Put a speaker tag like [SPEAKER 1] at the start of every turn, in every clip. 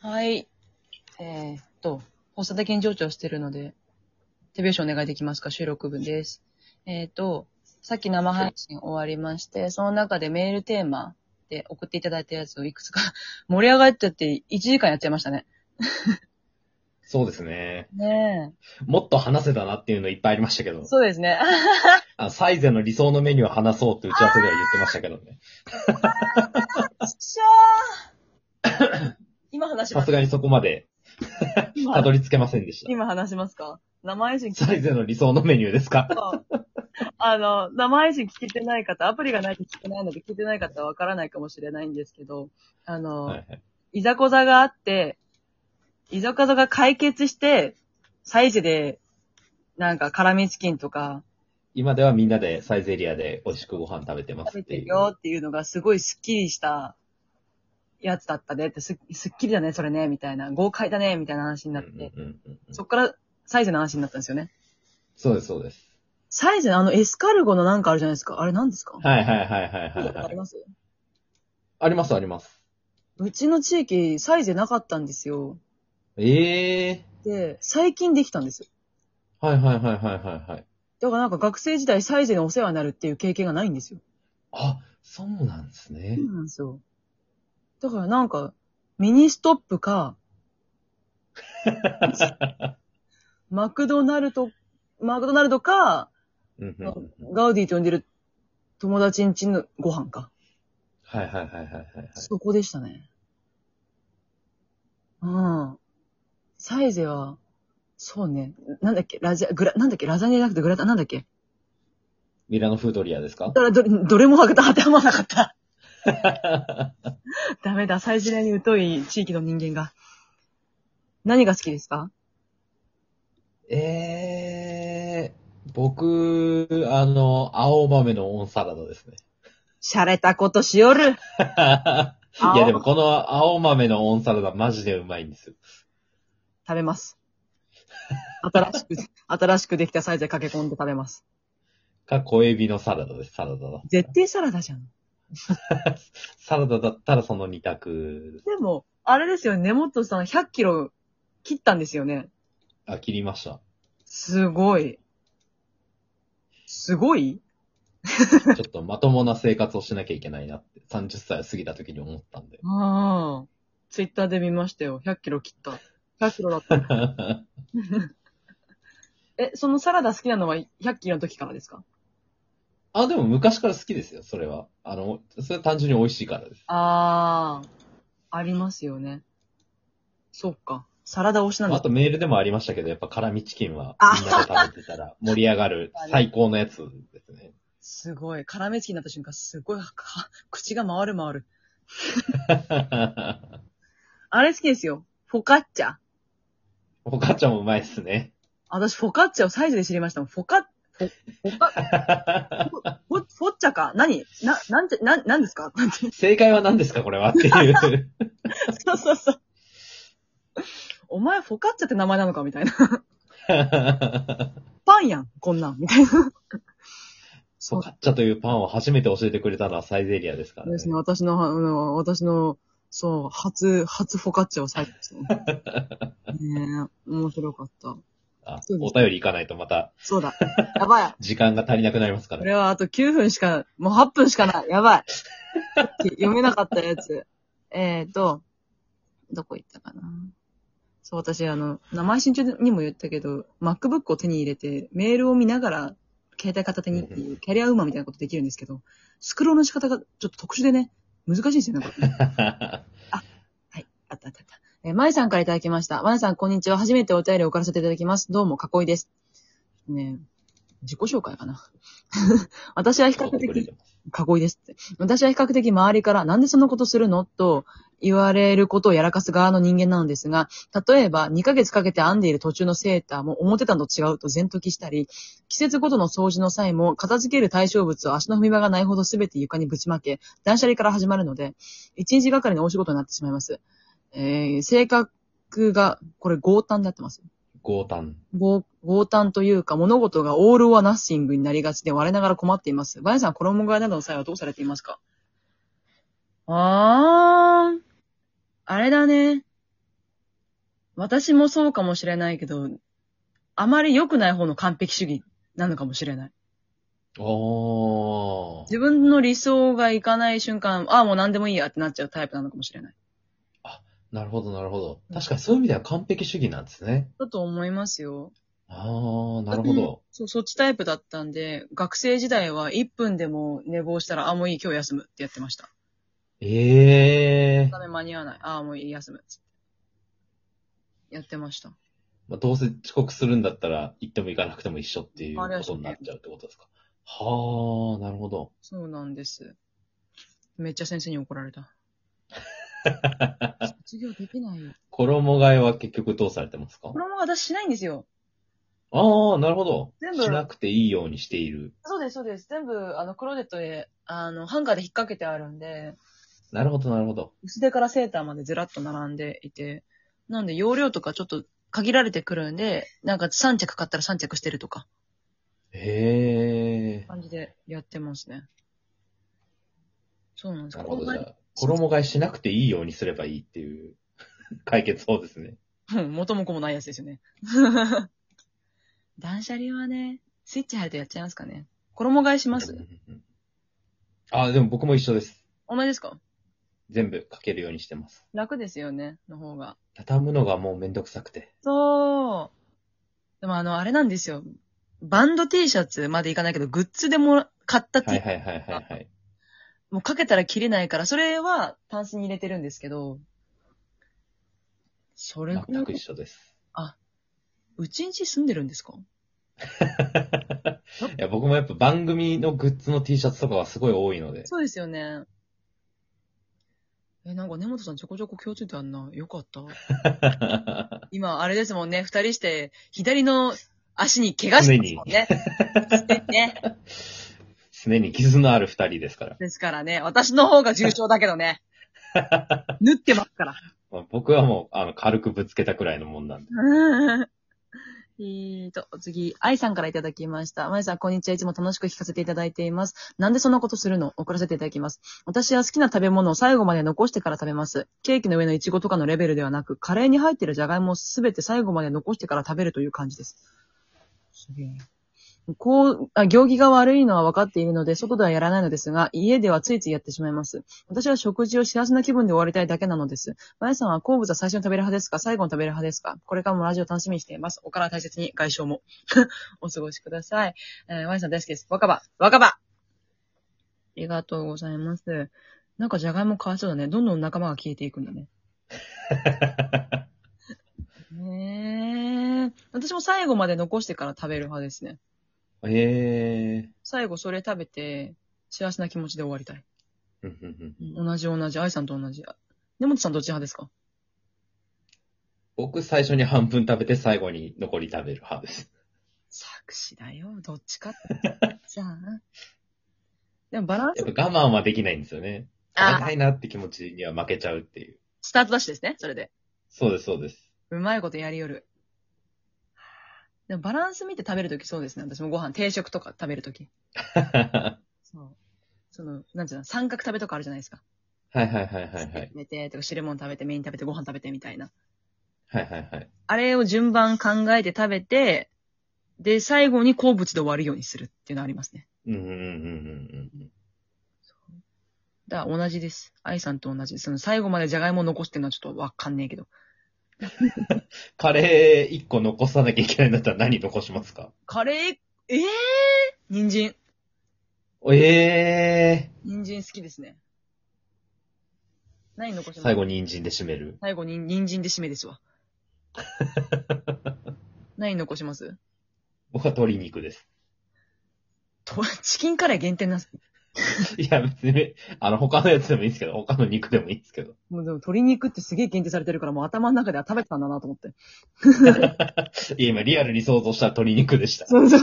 [SPEAKER 1] はい。えーっと、放送だけに情緒してるので、手拍子お願いできますか収録分です。えーっと、さっき生配信終わりまして、その中でメールテーマで送っていただいたやつをいくつか 盛り上がっちゃって1時間やっちゃいましたね。
[SPEAKER 2] そうですね。
[SPEAKER 1] ね
[SPEAKER 2] もっと話せたなっていうのいっぱいありましたけど
[SPEAKER 1] え。、そうですね。
[SPEAKER 2] あサイゼの理想のメニューを話そうって打ち合わせでは言ってましたけどね。
[SPEAKER 1] くしょ ー今話しま
[SPEAKER 2] さす
[SPEAKER 1] す。
[SPEAKER 2] がにそこまでた
[SPEAKER 1] 今
[SPEAKER 2] どり着けませんでした。
[SPEAKER 1] 今話しますか生配信聞
[SPEAKER 2] サイゼの理想のメニューですか
[SPEAKER 1] あの、生配信聞けてない方、アプリがないと聞けないので、聞いてない方はわからないかもしれないんですけど、あの、
[SPEAKER 2] はい
[SPEAKER 1] い、
[SPEAKER 2] はい
[SPEAKER 1] ざこざがあって、いざこざが解決して、サイズで、なんか、辛味チキンとか、
[SPEAKER 2] 今ではみんなでサイゼリアで美味しくご飯食べてま
[SPEAKER 1] 食
[SPEAKER 2] す
[SPEAKER 1] べ
[SPEAKER 2] って
[SPEAKER 1] て
[SPEAKER 2] い
[SPEAKER 1] る
[SPEAKER 2] う。
[SPEAKER 1] よっていうのが、すごいスッキリした、やつだったねって、すすっきりだね、それね、みたいな、豪快だね、みたいな話に
[SPEAKER 2] うん
[SPEAKER 1] な
[SPEAKER 2] う
[SPEAKER 1] って、
[SPEAKER 2] んうんうん
[SPEAKER 1] そっから、サイズの話になったんですよね。
[SPEAKER 2] そうです、そうです。
[SPEAKER 1] サイズのあの、エスカルゴのなんかあるじゃないですか。あれ何ですか
[SPEAKER 2] はいはいはいはいはい、
[SPEAKER 1] あ
[SPEAKER 2] は
[SPEAKER 1] り
[SPEAKER 2] い。
[SPEAKER 1] ます
[SPEAKER 2] ありますあります。
[SPEAKER 1] うちの地域、サイゼなかったんですよ。
[SPEAKER 2] ええ
[SPEAKER 1] で、最近できたんですよ。
[SPEAKER 2] ー。はいはいはいはいはいはい。
[SPEAKER 1] だからなんか学生時代サイゼにお世話になるっていう経験がないんですよ。
[SPEAKER 2] あ、そうなんですね
[SPEAKER 1] そ。うなんですよ。だからなんか、ミニストップか、マクドナルド、マクドナルドか、
[SPEAKER 2] うんうんうんうん
[SPEAKER 1] ガウディと呼んでる友達ん家のご飯か。
[SPEAKER 2] はいはいはいはいはいはい。
[SPEAKER 1] そこでしたね。うん。サイゼは、そうね、なんだっけ、ラジャ、グラ、なんだっけ、ラザニアじゃなくてグラタン、なんだっけ。
[SPEAKER 2] ミラノフードリアですか
[SPEAKER 1] だからどれ、どれもは当てはまらなかった。ダメだ、最時代に疎い地域の人間が。何が好きですか
[SPEAKER 2] ええ僕、あの、青豆のオンサラダですね。
[SPEAKER 1] 洒落たことしよる。
[SPEAKER 2] いやでもこの青豆のオンサラダマジでうまいんですよ。
[SPEAKER 1] 食べます。新しく、 新しくできたサイズで駆け込んで食べます。
[SPEAKER 2] か、小エビのサラダです、サラダの。
[SPEAKER 1] 絶対サラダじゃん。
[SPEAKER 2] サラダだったらその二択。
[SPEAKER 1] でも、あれですよね、根本さん100キロ切ったんですよね。
[SPEAKER 2] あ、切りました。
[SPEAKER 1] すごい。すごい
[SPEAKER 2] ちょっとまともな生活をしなきゃいけないなって、30歳を過ぎた時に思ったんで。
[SPEAKER 1] ああ。ツイッターで見ましたよ。100キロ切った。100キロだった。 え、そのサラダ好きなのは100キロの時からですか
[SPEAKER 2] あ、でも昔から好きですよ、それは。あの、それは単純に美味しいからです。
[SPEAKER 1] ああ、ありますよね。そっか。サラダ推しなんで
[SPEAKER 2] あ
[SPEAKER 1] す
[SPEAKER 2] とメールでもありましたけど、やっぱ辛味チキンは
[SPEAKER 1] あ
[SPEAKER 2] みんなで食べて たら盛り上がる最高のやつですね。
[SPEAKER 1] すごい。辛めつきになった瞬間、すごい、は口が回る回る。あれ好きですよ。フォカッチャ。
[SPEAKER 2] お母ちゃんもうまいっすね。
[SPEAKER 1] 私、フォカッチャをサイズで知りましたもん。フォカッ、フォ、フォカ、フォ、フォッチャか何な、なんて、な、なんですか
[SPEAKER 2] 正解は何ですかこれはっ ていう。
[SPEAKER 1] そうそうそう。お前、フォカッチャって名前なのかみたいな。パンやん、こんなん。みたいな。
[SPEAKER 2] フォカッチャというパンを初めて教えてくれたのはサイゼリアですから
[SPEAKER 1] そう
[SPEAKER 2] ね
[SPEAKER 1] です。ね。私の、あの、私の、そう、初、初フォカッチャを最後ですね。ねえ、面白かった。
[SPEAKER 2] あ
[SPEAKER 1] そうで
[SPEAKER 2] お
[SPEAKER 1] す
[SPEAKER 2] 便り行かないとまた
[SPEAKER 1] そうだ。やばい。
[SPEAKER 2] 時間が足りなくなりますか
[SPEAKER 1] こ
[SPEAKER 2] ら。
[SPEAKER 1] れはあと9分しか、もう8分しかない。やばい。読めなかったやつ。えーと、どこ行ったかな。そう、私、あの、名前信中にも言ったけど、MacBook を手に入れて、メールを見ながら、携帯片手にっていう、キャリアウーマンみたいなことできるんですけど、スクロールの仕方がちょっと特殊でね、難しいんですよね、これ。はい。あったあったあった。えー、まいさんからいただきました。まいさん、こんにちは。初めてお便りを送らせていただきます。どうも、かこいです。ねえ自己紹介かな。 私は比較
[SPEAKER 2] 送ってくれ
[SPEAKER 1] 的、
[SPEAKER 2] てます
[SPEAKER 1] かこいですって。私は比較的周りから、なんでそんなことするのと言われることをやらかす側の人間なのですが、例えば2ヶ月かけて編んでいる途中のセーターも表たのと違うと全解きしたり、季節ごとの掃除の際も片付ける対象物を足の踏み場がないほど全て床にぶちまけ、断捨離から始まるので、1日がかりの大仕事になってしまいます。えー、性格が、これ強端になってます。
[SPEAKER 2] 強炭。
[SPEAKER 1] 強強端というか、物事がオールオアナッシングになりがちで、我ながら困っています。バヤさん、衣替えなどの際はどうされていますかあーん。あれだね。私もそうかもしれないけど、あまり良くない方の完璧主義なのかもしれない。
[SPEAKER 2] あ
[SPEAKER 1] 自分の理想がいかない瞬間、ああ、もう何でもいいやってなっちゃうタイプなのかもしれない。
[SPEAKER 2] あ。なるほど、なるほど
[SPEAKER 1] う。ん
[SPEAKER 2] 確かにそういう意味では完璧主義なんですね。
[SPEAKER 1] だと思いますよ。
[SPEAKER 2] ああ、なるほど。
[SPEAKER 1] そう、そっちタイプだったんで、学生時代は1分でも寝坊したら、ああ、もういい、今日休むってやってました。
[SPEAKER 2] ええ
[SPEAKER 1] ダメ間に合わない。ああ、もういい、休むっつって。やってました。
[SPEAKER 2] まあ、どうせ遅刻するんだったら、行っても行かなくても一緒っていう
[SPEAKER 1] あれは
[SPEAKER 2] こ
[SPEAKER 1] 一緒
[SPEAKER 2] と
[SPEAKER 1] ね
[SPEAKER 2] になっちゃうってことですか。はあ、なるほど。
[SPEAKER 1] そうなんです。めっちゃ先生に怒られ た。卒業できないよ。
[SPEAKER 2] 衣替えは結局どうされてますか
[SPEAKER 1] 衣は私しないんですよ。
[SPEAKER 2] ああ、なるほど。
[SPEAKER 1] 全部
[SPEAKER 2] しなくていいようにしている。
[SPEAKER 1] そうです、そうです。全部、あの、クローゼットで、あの、ハンガーで引っ掛けてあるんで、
[SPEAKER 2] なるほど、なるほど。
[SPEAKER 1] 薄手からセーターまでずらっと並んでいて、なんで容量とかちょっと限られてくるんで、なんか3着買ったら3着してるとか、
[SPEAKER 2] へえ。
[SPEAKER 1] 感じでやってますね。そうなんです
[SPEAKER 2] な
[SPEAKER 1] か。
[SPEAKER 2] るほど、
[SPEAKER 1] こ
[SPEAKER 2] じ
[SPEAKER 1] の
[SPEAKER 2] ゃあ、衣替えしなくていいようにすればいいっていう 解決法ですね。
[SPEAKER 1] 前うん、元も子もないやつですよね。 断捨離はね、スイッチ入るとやっちゃいますかね。衣替えしま
[SPEAKER 2] う
[SPEAKER 1] す
[SPEAKER 2] んうんうんあ、でも僕も一緒です。
[SPEAKER 1] お前ですか
[SPEAKER 2] 全部かけるようにしてます。
[SPEAKER 1] 楽ですよね、の方が。
[SPEAKER 2] 畳むのがもうめんどくさくて。
[SPEAKER 1] そう。でもあの、あれなんですよ。バンド T シャツまでいかないけど、グッズでもら買った T、
[SPEAKER 2] はいはいはいはいはい。
[SPEAKER 1] もうかけたら切れないから、それはタンスに入れてるんですけど、それ
[SPEAKER 2] 全く一緒です。
[SPEAKER 1] うちんち住んでるんですか
[SPEAKER 2] いや、僕もやっぱ番組のグッズの T シャツとかはすごい多いの で。
[SPEAKER 1] そうですよね。え、なんか根本さんちょこちょこ共通点あんな。よかった。今、あれですもんね。二人して、左の足に怪我してますもんね。ね。
[SPEAKER 2] 常に傷のある二人ですから。
[SPEAKER 1] ですからね。私の方が重症だけどね。縫ってますから。
[SPEAKER 2] まあ、僕はもう、あの、軽くぶつけたくらいのもんなんで。
[SPEAKER 1] えーと、次、愛さんからいただきました。まゆさん、こんにちは。いつも楽しく聞かせていただいています。なんでそんなことするの送らせていただきます。私は好きな食べ物を最後まで残してから食べます。ケーキの上のイチゴとかのレベルではなく、カレーに入ってるジャガイモをすべて最後まで残してから食べるという感じです。すげえ。こう、あ、行儀が悪いのは分かっているので、外ではやらないのですが、家ではついついやってしまいます。私は食事を幸せな気分で終わりたいだけなのです。まやさんは好物は最初に食べる派ですか最後に食べる派ですかこれからもラジオ楽しみにしています。お体大切に外傷も お過ごしください。えー、まやさん大好きです。若葉若葉ありがとうございます。なんかじゃがいもかわいそうだね。どんどん仲間が消えていくんだね。ねえ。私も最後まで残してから食べる派ですね。
[SPEAKER 2] ええ
[SPEAKER 1] 最後それ食べて、幸せな気持ちで終わりたい。
[SPEAKER 2] ーうんうんうん。
[SPEAKER 1] 同じ同じ。愛さんと同じ。根本さんどっち派ですか
[SPEAKER 2] 僕最初に半分食べて最後に残り食べる派です。
[SPEAKER 1] 作詞だよ。どっちかって。 じゃあ。でもバラン
[SPEAKER 2] や
[SPEAKER 1] ス
[SPEAKER 2] っ、ぱ我慢はできないんですよね。食べ
[SPEAKER 1] あ
[SPEAKER 2] たいなって気持ちには負けちゃうっていう。
[SPEAKER 1] スタートダッシュですね。それで。
[SPEAKER 2] そうです、そうです。
[SPEAKER 1] うまいことやりよる。でもバランス見て食べるときそうですね。私もご飯、定食とか食べるとき。
[SPEAKER 2] は
[SPEAKER 1] そう。その、なんていうの、三角食べとかあるじゃないですか。
[SPEAKER 2] いはいはいはいはい。
[SPEAKER 1] 食べて、とか汁物食べて、メイン食べて、ご飯食べてみたいな。
[SPEAKER 2] はいはいはい。
[SPEAKER 1] あれを順番考えて食べて、で、最後に好物で終わるようにするっていうのありますね。
[SPEAKER 2] うんうんうんうんうん。
[SPEAKER 1] だから同じです。愛さんと同じ。その最後までジャガイモ残してるのはちょっとわかんねえけど。
[SPEAKER 2] カレー一個残さなきゃいけないんだったら何残しますか
[SPEAKER 1] カレー、ええー、人参。
[SPEAKER 2] ええ
[SPEAKER 1] 人参好きですね。何残し
[SPEAKER 2] ー。
[SPEAKER 1] ます
[SPEAKER 2] 最後に人参で締める。
[SPEAKER 1] 最後に人参で締めです わ。何残します
[SPEAKER 2] 僕は鶏肉です。
[SPEAKER 1] と、チキンカレー限定なんです。
[SPEAKER 2] いや、別に、あの、他のやつでもいいんですけど、他の肉でもいいんですけど。
[SPEAKER 1] もうでも鶏肉ってすげえ限定されてるからもう頭の中では食べてたんだなと思って。
[SPEAKER 2] いや、今、リアルに想像した鶏肉でした。
[SPEAKER 1] そう そう。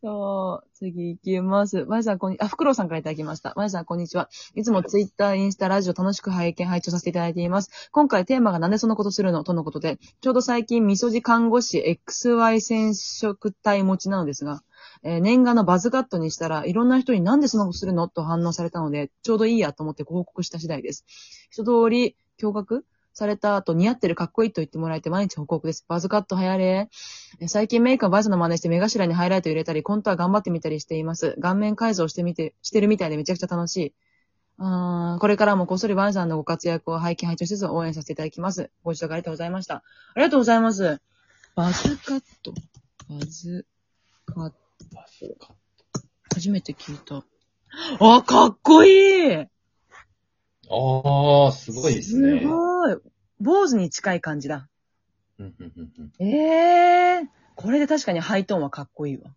[SPEAKER 1] そう、次行きます。まゆさん、こんに、あ、ふくろうさんからいただきました。まゆさん、こんにちは。いつもツイッター、インスタ、ラジオ楽しく拝見、拝聴させていただいています。今回テーマがなんでそのことするのとのことで、ちょうど最近、みそじ看護師 XY 染色体持ちなのですが、えー念願のバズカットにしたら、いろんな人になんでそのことするのと反応されたので、ちょうどいいやと思ってご報告した次第です。一通り、驚愕された後、似合ってるかっこいいと言ってもらえて毎日報告です。バズカット流行れ。え最近メイクはバズの真似して目頭にハイライト入れたり、コントは頑張ってみたりしています。顔面改造してみて、してるみたいでめちゃくちゃ楽しい。あーこれからもこっそりバンさんのご活躍を拝見拝聴しつつ応援させていただきます。ご視聴ありがとうございました。ありがとうございます。バズカット。バズカット。
[SPEAKER 2] バズカッ
[SPEAKER 1] 初めて聞いた。あ、かっこいい
[SPEAKER 2] ト。ああ、すごいですね。
[SPEAKER 1] すごい。坊主に近い感じだ。
[SPEAKER 2] うんうんうんうん
[SPEAKER 1] ええー。これで確かにハイトーンはかっこいいわ。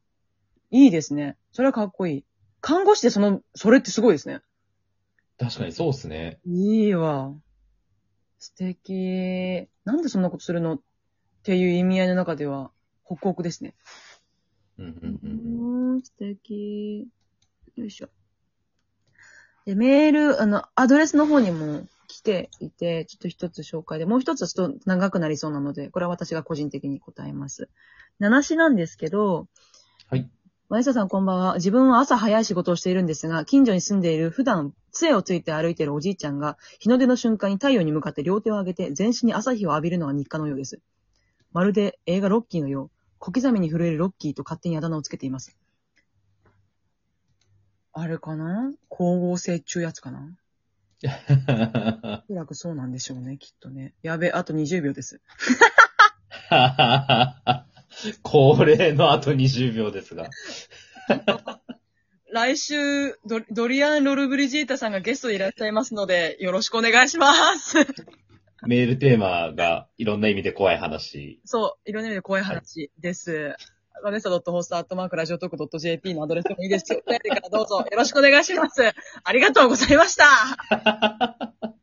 [SPEAKER 1] いいですね。それはかっこいい。看護師でその、それってすごいですね。
[SPEAKER 2] 確かにそうですね。
[SPEAKER 1] いいわ。素敵。なんでそんなことするのっていう意味合いの中では、ホクホクですね。
[SPEAKER 2] うんう
[SPEAKER 1] うん
[SPEAKER 2] うん うん
[SPEAKER 1] ん、素敵。よいしょ。で、メール、あの、アドレスの方にも来ていて、ちょっと一つ紹介で、もう一つはちょっと長くなりそうなので、これは私が個人的に答えます。七しなんですけど、
[SPEAKER 2] はい。
[SPEAKER 1] マリサさんこんばんは。自分は朝早い仕事をしているんですが、近所に住んでいる普段杖をついて歩いているおじいちゃんが、日の出の瞬間に太陽に向かって両手を上げて、全身に朝日を浴びるのが日課のようです。まるで映画ロッキーのよう、小刻みに震えるロッキーと勝手にあだ名をつけています。あれかな光合成中やつかなおそらくそうなんでしょうね、きっとね。やべ、あと20秒です。
[SPEAKER 2] 恒例のあと20秒ですが。
[SPEAKER 1] 来週ド、ドリアン・ロルブリジータさんがゲストでいらっしゃいますので、よろしくお願いします。
[SPEAKER 2] メールテーマがいろんな意味で怖い話。
[SPEAKER 1] そう、いろんな意味で怖い話です。マネサドットホストアットマークラジオトークドット JP のアドレスでも いいですし、お便りからどうぞよろしくお願いします。ありがとうございました。